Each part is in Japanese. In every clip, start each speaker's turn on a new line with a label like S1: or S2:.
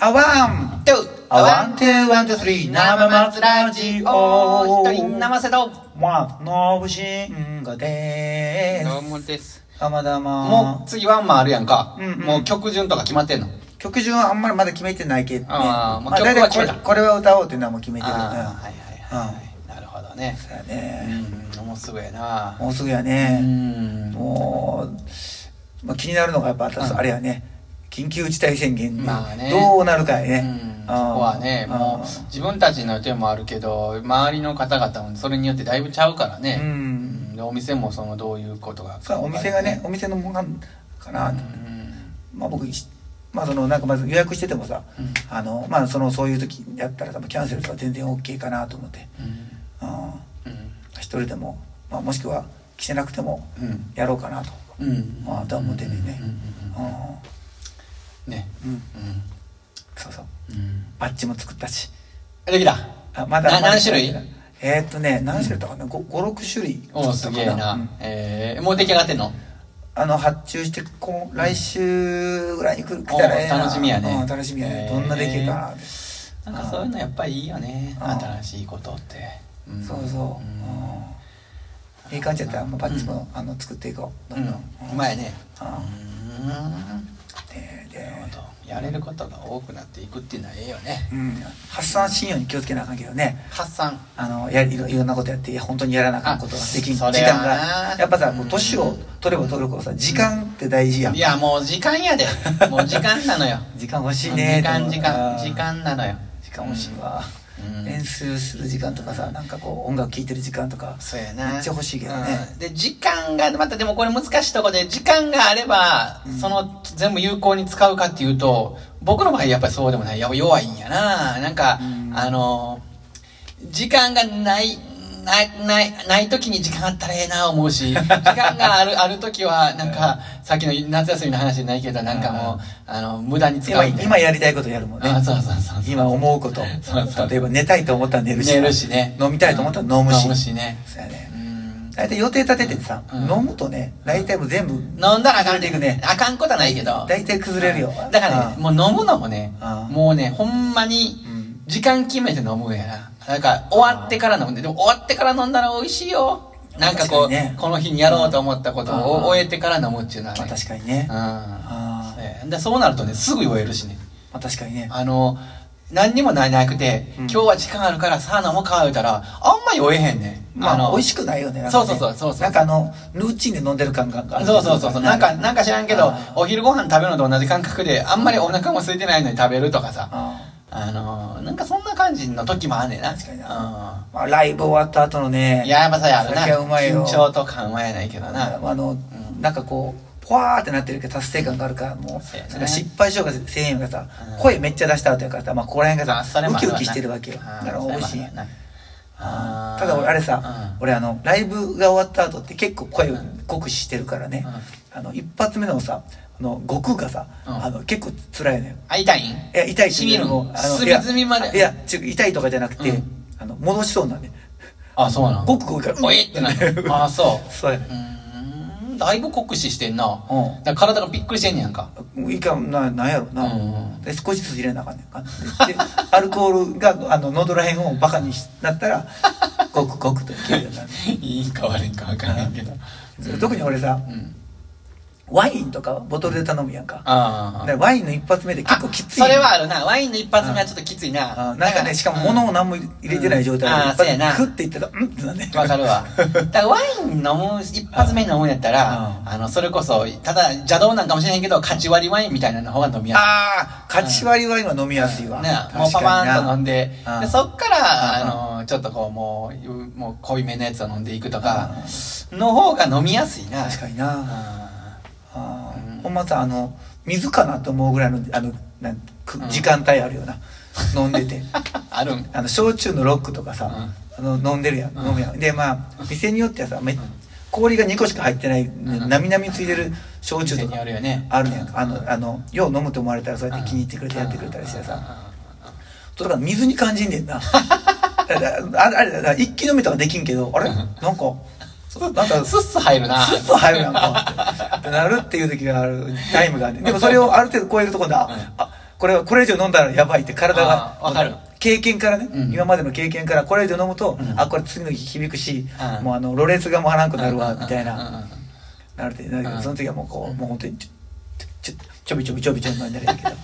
S1: あワン、ツー、あワン、ツー、ワン、ツー、スリー、生松ラジオ。
S2: 一人生瀬戸
S1: まあ、のぶしんがで
S2: どう
S1: ーす。
S2: もです
S1: あまだ
S2: も
S1: ま
S2: う。次ワンマンあるやんか、
S1: うんうん
S2: もう曲順とか決まってんの
S1: 曲順はあんまりまだ決めてないけどね。
S2: あーもう
S1: まあ
S2: 曲
S1: 大体これ
S2: は決めた
S1: これは歌おうっていうのはもう決めてる。うん
S2: ああはいはいはい、なるほどね
S1: そうや
S2: う
S1: ね。
S2: んもうすぐやな
S1: もうすぐや
S2: う
S1: ね。
S2: ん
S1: もう、まあ気になるのがやっぱ、
S2: ん
S1: あれやね。緊急事態宣言
S2: まあね
S1: どうなるかや
S2: う
S1: ね
S2: ん。
S1: ん
S2: そこはね
S1: うん
S2: もう自分たちの予定もあるけど周りの方々もそれによってだいぶちゃうから
S1: う
S2: ね、
S1: ん。
S2: うんでお店もそのどういうことが
S1: さあお店がねお店のもんなんかな、
S2: うん
S1: まあ僕しまあそのなんかまず予約しててもさ、
S2: うん
S1: あのまあそのそういう時やったら多分キャンセルとか全然 OK かなと思って、
S2: うん
S1: うん、
S2: うん
S1: 一人でも、まあ、もしくは着てなくても
S2: うん
S1: やろうかなと、
S2: うん
S1: まあとは思ってんねんね
S2: うんうんね
S1: うん、うん、
S2: うん
S1: そうそう
S2: うん
S1: バッジも作ったし
S2: できた
S1: あまだ
S2: な
S1: まだ
S2: 何種類
S1: えーっとね何種類だったかな、56種類
S2: おおすげえな、
S1: うん
S2: えー、もう出来上がってんの
S1: あの発注してこう来週ぐらいに来る来たらええな
S2: お楽しみやね
S1: うん、楽しみやね
S2: えー
S1: どんなできるかなって、
S2: なんかそういうのやっぱりいいよね
S1: ああ
S2: 新しいことって、ん
S1: そうそう、うん、いい感じやったらもうバッチも、あの作っていこうど
S2: うんん
S1: どん、
S2: うまいね
S1: あ
S2: うんな
S1: でで
S2: るほどやれることが多くなっていくっていうのはええよね
S1: うん、発散しんように気をつけなあかんけどね
S2: 発散
S1: あのやいろいろんなことやって本当にやらなあかんことができん時
S2: あそ
S1: 間
S2: れはな
S1: がやっぱさこ
S2: う
S1: うん年を取れば取るほどさ時間って大事やん
S2: いやもう時間やでもう時間なの よ
S1: 時間欲しいね
S2: 時間時間
S1: あー
S2: 時間なのよ
S1: 時間欲しいわ、
S2: うん
S1: 練習する時間とかさなんかこう音楽聴いてる時間とか
S2: そうやな
S1: めっちゃ欲しいけどね、
S2: うんで時間がまたでもこれ難しいとこで時間があれば、
S1: うん
S2: その全部有効に使うかっていうと僕の場合やっぱりそうでもないやっぱ弱いんやななんか、
S1: うん
S2: あの時間がないないないない時に時間あったらええな思うし時間が あるある時はなんか、さっきの夏休みの話じゃないけどなんかもう、あの無駄に使
S1: 今
S2: うんだよ
S1: 今やりたいことやるもんね
S2: あそうそうそうそう
S1: 今思うこと
S2: そうそう
S1: 例えば寝たいと思ったら寝るし
S2: 寝るしね
S1: 飲みたいと思ったら飲むし
S2: 飲むしね
S1: そうやね
S2: うん
S1: 大体予定立ててさ、
S2: うん
S1: 飲むとね大体もう全部
S2: 飲んだらあか
S1: 崩
S2: ん
S1: れていくね
S2: あかんことはないけど
S1: 大体崩れるよ
S2: うんだからね
S1: うん
S2: もう飲むのもね
S1: うん
S2: もうねほんまに
S1: うん
S2: 時間決めて飲むんやななんか終わってから飲むんででも終わってから飲んだら美味しいよなんかこ
S1: 確か
S2: う
S1: にね
S2: この日にやろうと思ったこと
S1: うん
S2: を終えてから飲むっていうのはね
S1: まあ確かにね、まあ
S2: うんそうやでそうなるとねすぐ酔えるしね
S1: あ、確かにね
S2: あの何にもないなくて、
S1: うん
S2: 今日は時間あるからさあ飲もうか言うたらあんま酔えへんね
S1: まあ
S2: の
S1: 美味しくないよねなんかね
S2: そうそうそうそうそう
S1: なんかあのルーチンで飲んでる感がある
S2: そうそうそうそうなんかなんか知らんけど
S1: あ
S2: お昼ご飯食べるのと同じ感覚であんまりお腹も空いてないのに食べるとかさ
S1: あ
S2: あのー、なんかそんな感じの時もあんねんな
S1: 確かにな、まあ、ライブ終わった後の
S2: う
S1: ね
S2: んいややっぱさやるな
S1: 酒はうまいよ
S2: 緊張と緩和やないけどな
S1: あの、なんかこうポワーってなってるけど達成感があるからも
S2: そうや
S1: う
S2: ね
S1: それが失敗しようがせえへんがさ、
S2: うん
S1: 声めっちゃ出した後やからさ、まあ、ここら辺
S2: あ
S1: が
S2: それ
S1: さ
S2: も
S1: ウ
S2: ある
S1: キ
S2: わ
S1: ウ
S2: な
S1: キしてるわけよ
S2: あ
S1: だから
S2: それ
S1: 美味
S2: も
S1: しい
S2: あるわなあー
S1: ただ俺あれさ、
S2: うん
S1: 俺あのライブが終わった後って結構声を酷使してるからね、
S2: う
S1: あの一発目のさあの悟空がさ、
S2: うん
S1: あの結構辛いのよ
S2: あ痛いん
S1: いや痛いっていうよりも
S2: 染みるの
S1: あの
S2: 隅々まで
S1: いやいやちょ痛いとかじゃなくて、
S2: うん
S1: あの戻しそうなんで
S2: あそうなの
S1: ごくごくから
S2: おいってなるあそ う
S1: そうやね
S2: うーんだいぶ酷使してんな、
S1: うん
S2: だから体がびっくりしてんねや んか
S1: もういかんななんやろな、
S2: うん
S1: で少しずつ入れなあかんねんかでアルコールがあの喉らへんをバカになった らごくごくといけるようになる
S2: いいんか悪いんか分からへんけど
S1: それ特に俺さ
S2: うん
S1: ワインとかボトルで頼むやんか
S2: ああ
S1: でワインの一発目で結構きつい
S2: あそれはあるなワインの一発目はちょっときついな、
S1: あなんかねしかも物を何も入れてない状態
S2: うんあーそうやな
S1: クッていったらうんってなんね
S2: うんわか るわだからワイン飲む一発目に飲むんやったら、
S1: うん
S2: あのそれこそただ邪道なんかもしれへんけど勝ち割りワインみたいなの方が飲みやすい
S1: ああ勝ち割りワインは飲みやすいわ、
S2: ね
S1: 確かにな
S2: もうパパーンと飲んで
S1: うん
S2: でそっから、
S1: うん
S2: あのちょっとこうもうゆもう濃いめのやつを飲んでいくと
S1: う
S2: か
S1: ん、
S2: の方が飲みやすいな
S1: 確かにな、
S2: あ
S1: あー
S2: うん
S1: ほんまさあの水かなと思うぐらいのあのなんく
S2: うん
S1: 時間帯あるよな、飲んで て
S2: ーあるん
S1: あの焼酎のロックとかさ、あの飲んでるやん、
S2: うん
S1: 飲むやんでまあ店によってはさめ、氷が2個しか入ってない、
S2: ん
S1: なみなみついてる焼酎
S2: 店
S1: と
S2: に
S1: か
S2: よるよね
S1: あるねんかあ
S2: う
S1: のあのよう飲むと思われたらそうやって気に入ってくれてやってくれたりしてさ、それから水に感じんねん なだからああれだから一気飲みとかできんけどあれなんかそなんか
S2: スッス入るな
S1: スッと入るやんかってなるっていう時があるタイムがあるでもそれをある程度超えるとこだ、あこれはこれ以上飲んだらやばいって体が
S2: あーわかる
S1: 経験からね、
S2: うん
S1: 今までの経験からこれ以上飲むと、
S2: うん
S1: あこれ次の日響くし、
S2: うん
S1: もうあのろれつが回らなくなるわ
S2: うん
S1: みたい
S2: うんうんうん
S1: ななるってだけ
S2: う
S1: ど
S2: ん
S1: その時はもうこう、
S2: うん
S1: もう本当にちょちょちょびちょびちょびちょび飲んだりだけどこ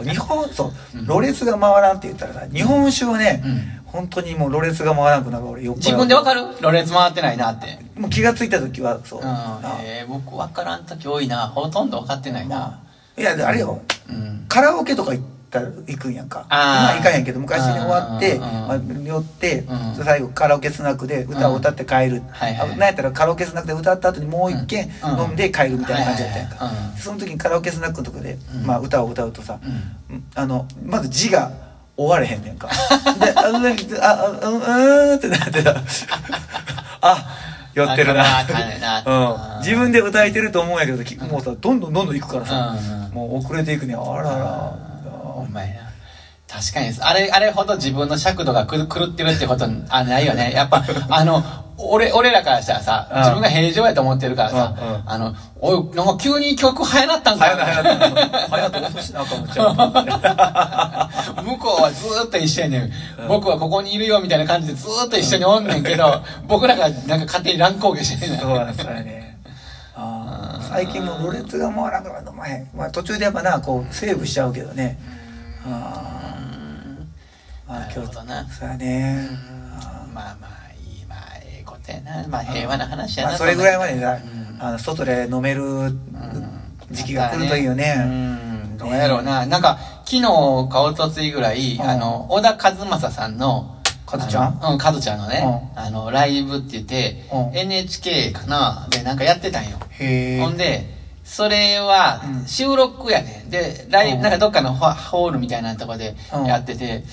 S1: う日本そう
S2: うん
S1: ろれつが回らんって言ったらさ日本酒はね、
S2: うん
S1: 本当にもうろれつが回らなくなる俺酔っ払う
S2: 自分でわかるろれつ回ってないなって
S1: もう気がついた時はそう、
S2: うん
S1: あ
S2: えー僕分からん時多いなほとんど分かってないな
S1: まあいやであれよ
S2: うん
S1: カラオケとか行ったら行くんやんか
S2: あー
S1: 今行かんやんけど昔に終わって、
S2: うん
S1: まあ、寄って、
S2: うん
S1: 最後カラオケスナックで歌を歌って帰る、
S2: はいはい
S1: あなんやったらカラオケスナックで歌った後にもう一軒
S2: うん
S1: 飲んで帰るみたいな感じだったやんか、
S2: はいはいはいうん
S1: その時にカラオケスナックのとこで、
S2: うん
S1: まあ、歌を歌うとさ、
S2: うん
S1: あのまず字が終われへんね んかであのああうんうんうんってなってた あ寄ってるな
S2: あかんねん な
S1: うん、自分で歌えてると思うんやけどきもうさどんどんどんどん行くからさ、
S2: うんうん
S1: もう遅れていくねんあらら
S2: お前な確かにですあれあれほど自分の尺度がくる狂ってるってことあないよねやっ ぱあの俺俺らからしたらさ
S1: うん
S2: 自分が平常やと思ってるからさ
S1: うんうん
S2: あのおいなんか急に曲早なったんか
S1: 早な早な早な遅いしなあ かんのちゃう
S2: 向こうはずーっと一緒やねん、僕はここにいるよみたいな感じでずーっと一緒におんねんけど、僕らがなんか勝手に乱高下してんねん
S1: そうなんですよ ねあー最近もうろれつが回らんから飲まへん、まあ、途中でやっぱなこうセーブしちゃうけどねあーまあ
S2: なるほどな
S1: そうやねあ
S2: まあまあいいまあええことやなまあ平和な話
S1: ー
S2: や
S1: ま
S2: な、
S1: あ、それぐらいまでさ、
S2: うん
S1: あの外で飲める時期が来るといいよね、
S2: うんどうやろうな。なんか、昨日かおとついぐらい、
S1: うん
S2: あの、小田和正さんの、
S1: カズちゃん
S2: あのうん、カズちゃんのね、あの、ライブって言って、
S1: うん
S2: NHK かなで、なんかやってたんよ。
S1: へえ
S2: ほんで、それは
S1: うん
S2: 収録やねん。で、ライ
S1: うん
S2: ブ、なんかどっかのホホールみたいなとこで
S1: うん
S2: やってて、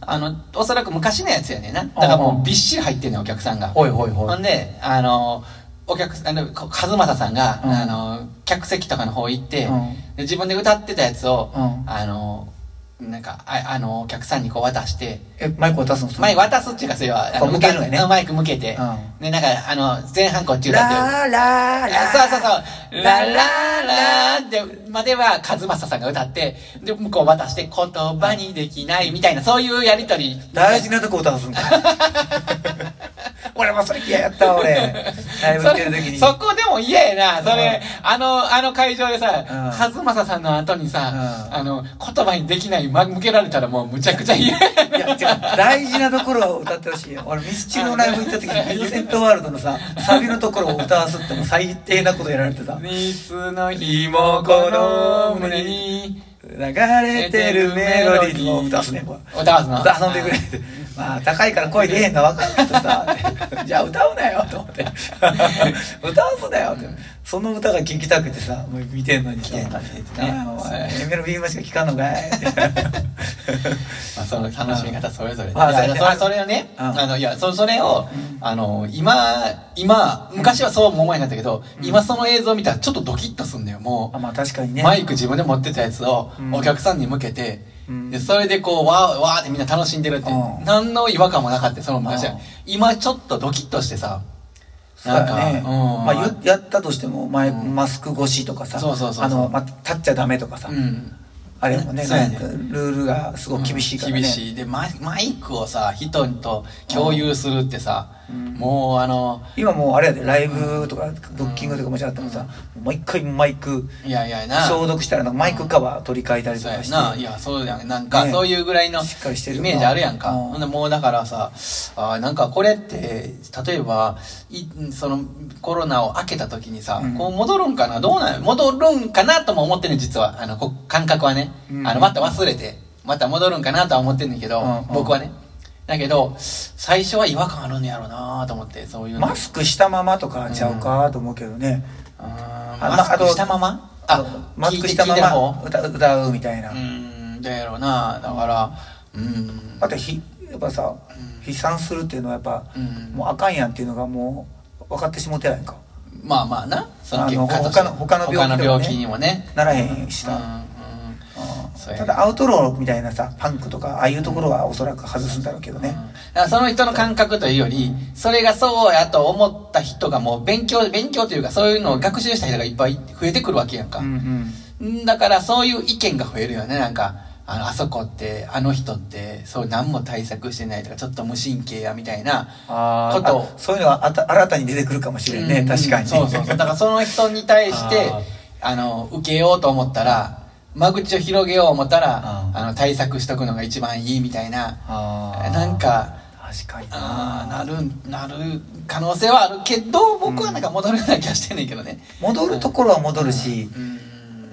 S2: あの、おそらく昔のやつやねんな。だか
S1: う
S2: ら
S1: ん
S2: もうびっしり入ってんねん、お客さんが。
S1: ほいほいほい
S2: ほんで、あの、お客さん、あの、こ和正さんが、
S1: うん
S2: あの、客席とかの方行って、
S1: うん
S2: で自分で歌ってたやつを、
S1: うん
S2: あの、なんか、ああの、お客さんにこう渡して、
S1: えマイク渡すの
S2: マイク渡すっていうか、それは、あ
S1: こう
S2: の、
S1: 向けるのね
S2: 歌マイク向けて、
S1: う
S2: で、なんか、あの、前半こっち歌ってる。
S1: ラーラーラー
S2: あそうそうそう。ラララで、までは、和正さんが歌って、で、向こう渡して、言葉にできないみたいな、そういうやりとり。
S1: 大事なとこ歌わ すんだ俺もそれ嫌やったわ俺ライブ
S2: そ
S1: 行ってる時
S2: れ
S1: に
S2: そこでも嫌やな、それ、あの、あの会場でさ、
S1: うん
S2: 和正さんの後にさ、
S1: うん
S2: あの、言葉にできない、ま、向けられたらもうむちゃくちゃ嫌や
S1: いや違う大事なところを歌ってほしいよ俺ミスチルのライブ行った時にミセントワールドのさサビのところを歌わすってもう最低なことやられてた
S2: 熱の
S1: ひ
S2: ひ
S1: も
S2: も
S1: こ
S2: こ
S1: の
S2: の
S1: 胸
S2: 胸
S1: に
S2: に。
S1: 流れてるメロディーを歌わすねこれ
S2: 歌わすの
S1: 歌わんでくれってまあ高いから声出えへんが分かんないけどさ じゃあ歌うなよと思って 歌わすなよってその歌が聴きたくてさもう見てんのにさ
S2: 見てんのにってね
S1: ああお前メロビーマしか聴かんのかいって
S2: まあ、その楽しみ方それぞれで。
S1: まあそう
S2: いや
S1: やね
S2: それそれをね、
S1: うん
S2: あの、いや、そそれを、あの、今、今、昔はそうも思えなかったけど、今その映像見たらちょっとドキッとすんだよ、も
S1: あまあ確かに
S2: う。
S1: ね
S2: マイク自分で持ってたやつを
S1: うん
S2: お客さんに向けて、
S1: うん
S2: でそれでこう、わー、わーってみんな楽しんでるって
S1: う、ん
S2: 何の違和感もなかった、その昔
S1: う
S2: は
S1: ん。
S2: 今ちょっとドキッとしてさ、
S1: そう
S2: なん
S1: だ
S2: か、
S1: ね、
S2: うん
S1: まあ、ゆやったとしても前、
S2: うん
S1: マスク越しとかさ
S2: そうそうそうそう
S1: あの、まあ、立っちゃダメとかさ、
S2: うん。
S1: あれもね
S2: そうや
S1: な
S2: ね
S1: んかルールがすごい厳しいからね、
S2: 厳しいでマイマイクをさ人と共有するってさ、もうあの
S1: 今もうあれやでライブとかブッキングとかもちろんあってもさ、もう一回マイク
S2: いやいやな
S1: 消毒したらなんかマイクカバー取り替えたりと
S2: そう
S1: か
S2: や
S1: して
S2: ないやそうやんなんか、
S1: ね
S2: そういうぐらいの
S1: しっかりしてる
S2: イ
S1: よな
S2: メージあるやんか、
S1: うん
S2: ほんでもうだからさあーなんかこれって例えばいそのコロナを明けた時にさ、
S1: うん
S2: こう戻るんかなどうなん戻るんかなとも思ってんねん実はあのこ感覚はね、
S1: うん
S2: あのまた忘れてまた戻るんかなとは思ってんねんけど、
S1: うんうん
S2: 僕はねだけど最初は違和感あるんやろうなと思ってそういうの
S1: マスクしたままとかちゃうかと思うけどね、
S2: あー
S1: あ
S2: マス
S1: ま
S2: ク
S1: あ
S2: したままあ
S1: マスクしたまま
S2: う
S1: 歌歌うみたいな、
S2: ーんだやろうなだからうん
S1: あとひやっぱさ悲惨するっていうのはやっぱ、
S2: うん
S1: もうあかんやんっていうのがもう分かってしもてないか
S2: まあまあなその結
S1: あの
S2: 果として
S1: 他の他の病気でもね
S2: 他の病気にもね
S1: ならへんし
S2: うん
S1: さ、
S2: うんそうや
S1: ただアウトローみたいなさパンクとかああいうところはおそらく外すんだろうけど
S2: う
S1: ね
S2: ん、だからその人の感覚というより、それがそうやと思った人がもう勉強、勉強というかそういうのを学習した人がいっぱい増えてくるわけやんか。
S1: うんうん
S2: んだからそういう意見が増えるよね、なんか。あのあそこってあの人ってそう何も対策してないとかちょっと無神経やみたいな
S1: あー
S2: こと
S1: あそういうのはあた新たに出てくるかもしれんね、
S2: うん
S1: 確かに
S2: そうそうそうだからその人に対して
S1: あー
S2: あの受けようと思ったら間口を広げよう思ったら
S1: あー
S2: あの対策しとくのが一番いいみたいな
S1: あー
S2: なんか
S1: 確かに
S2: あ
S1: な
S2: ーなるなる可能性はあるけど僕はなんか戻るような気がしてんねんけどね
S1: 戻るところは戻るし、
S2: うん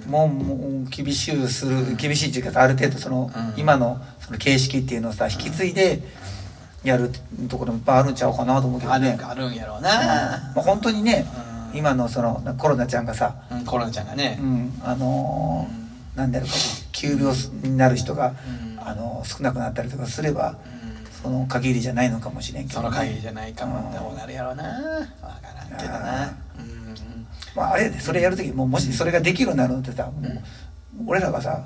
S1: もうもう厳しゅうする、
S2: うん
S1: 厳しいっていうかある程度その、
S2: うん
S1: 今のその形式っていうのをさ引き継いでやるところもいっぱいあるんちゃうかなと思うけど
S2: ある
S1: ね
S2: んかあるんやろう
S1: うん
S2: な、
S1: まあ、本当にね、
S2: うん
S1: 今のそのコロナちゃんがさ、
S2: うん、コロナちゃんがね
S1: う、ん、あのーなんだろう急病になる人が、
S2: うん
S1: あのー少なくなったりとかすれば
S2: うん
S1: その限りじゃないのかもしれんけど
S2: そ
S1: ね、
S2: の限りじゃないかも
S1: うん
S2: どうなるやろうな分からんけど
S1: あ
S2: なうん
S1: まあ、あれやでそれやるときもうもしそれができるようになるのってさもう俺らがさ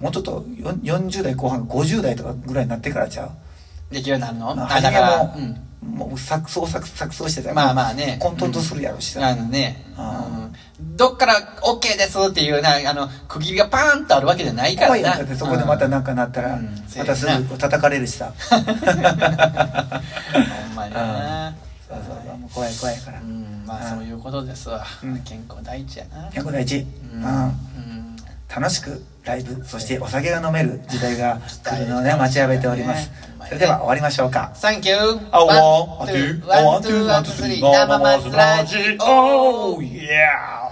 S1: もうちょっとよん40代後半50代とかぐらいになってからちゃう
S2: できるようになるの、
S1: まあ
S2: あ、だから、
S1: 初め
S2: うん
S1: もう錯綜錯錯綜してた
S2: まあまあね
S1: 混沌とするやろうしさ、
S2: あのね、
S1: あ
S2: うん、どっから OK ですっていうなあの区切りがパーンとあるわけじゃないから
S1: 怖
S2: ない
S1: やんだってそこでまた
S2: な
S1: 何かなったら、
S2: うん
S1: またすぐこう叩かれるし さそう
S2: ほんまにな
S1: そうそうもう怖い怖いから
S2: うんまあそういうことですわ、
S1: うん
S2: 健康第一やな
S1: 100大事、
S2: う
S1: う
S2: ん
S1: ん
S2: うん
S1: 楽しくライブそしてお酒が飲める時代が来るのをね
S2: うん
S1: 待ちわびておりますそれでは終わりましょうか
S2: Thank you!
S1: あ、
S2: One,
S1: ワン、ツー、ワン、
S2: two,
S1: ツー、ワン、ツー、スリー、
S2: 生
S1: 生
S2: マ
S1: マ
S2: ス
S1: ス
S2: ラ
S1: ラ
S2: ジ
S1: ジ
S2: オ
S1: オイエー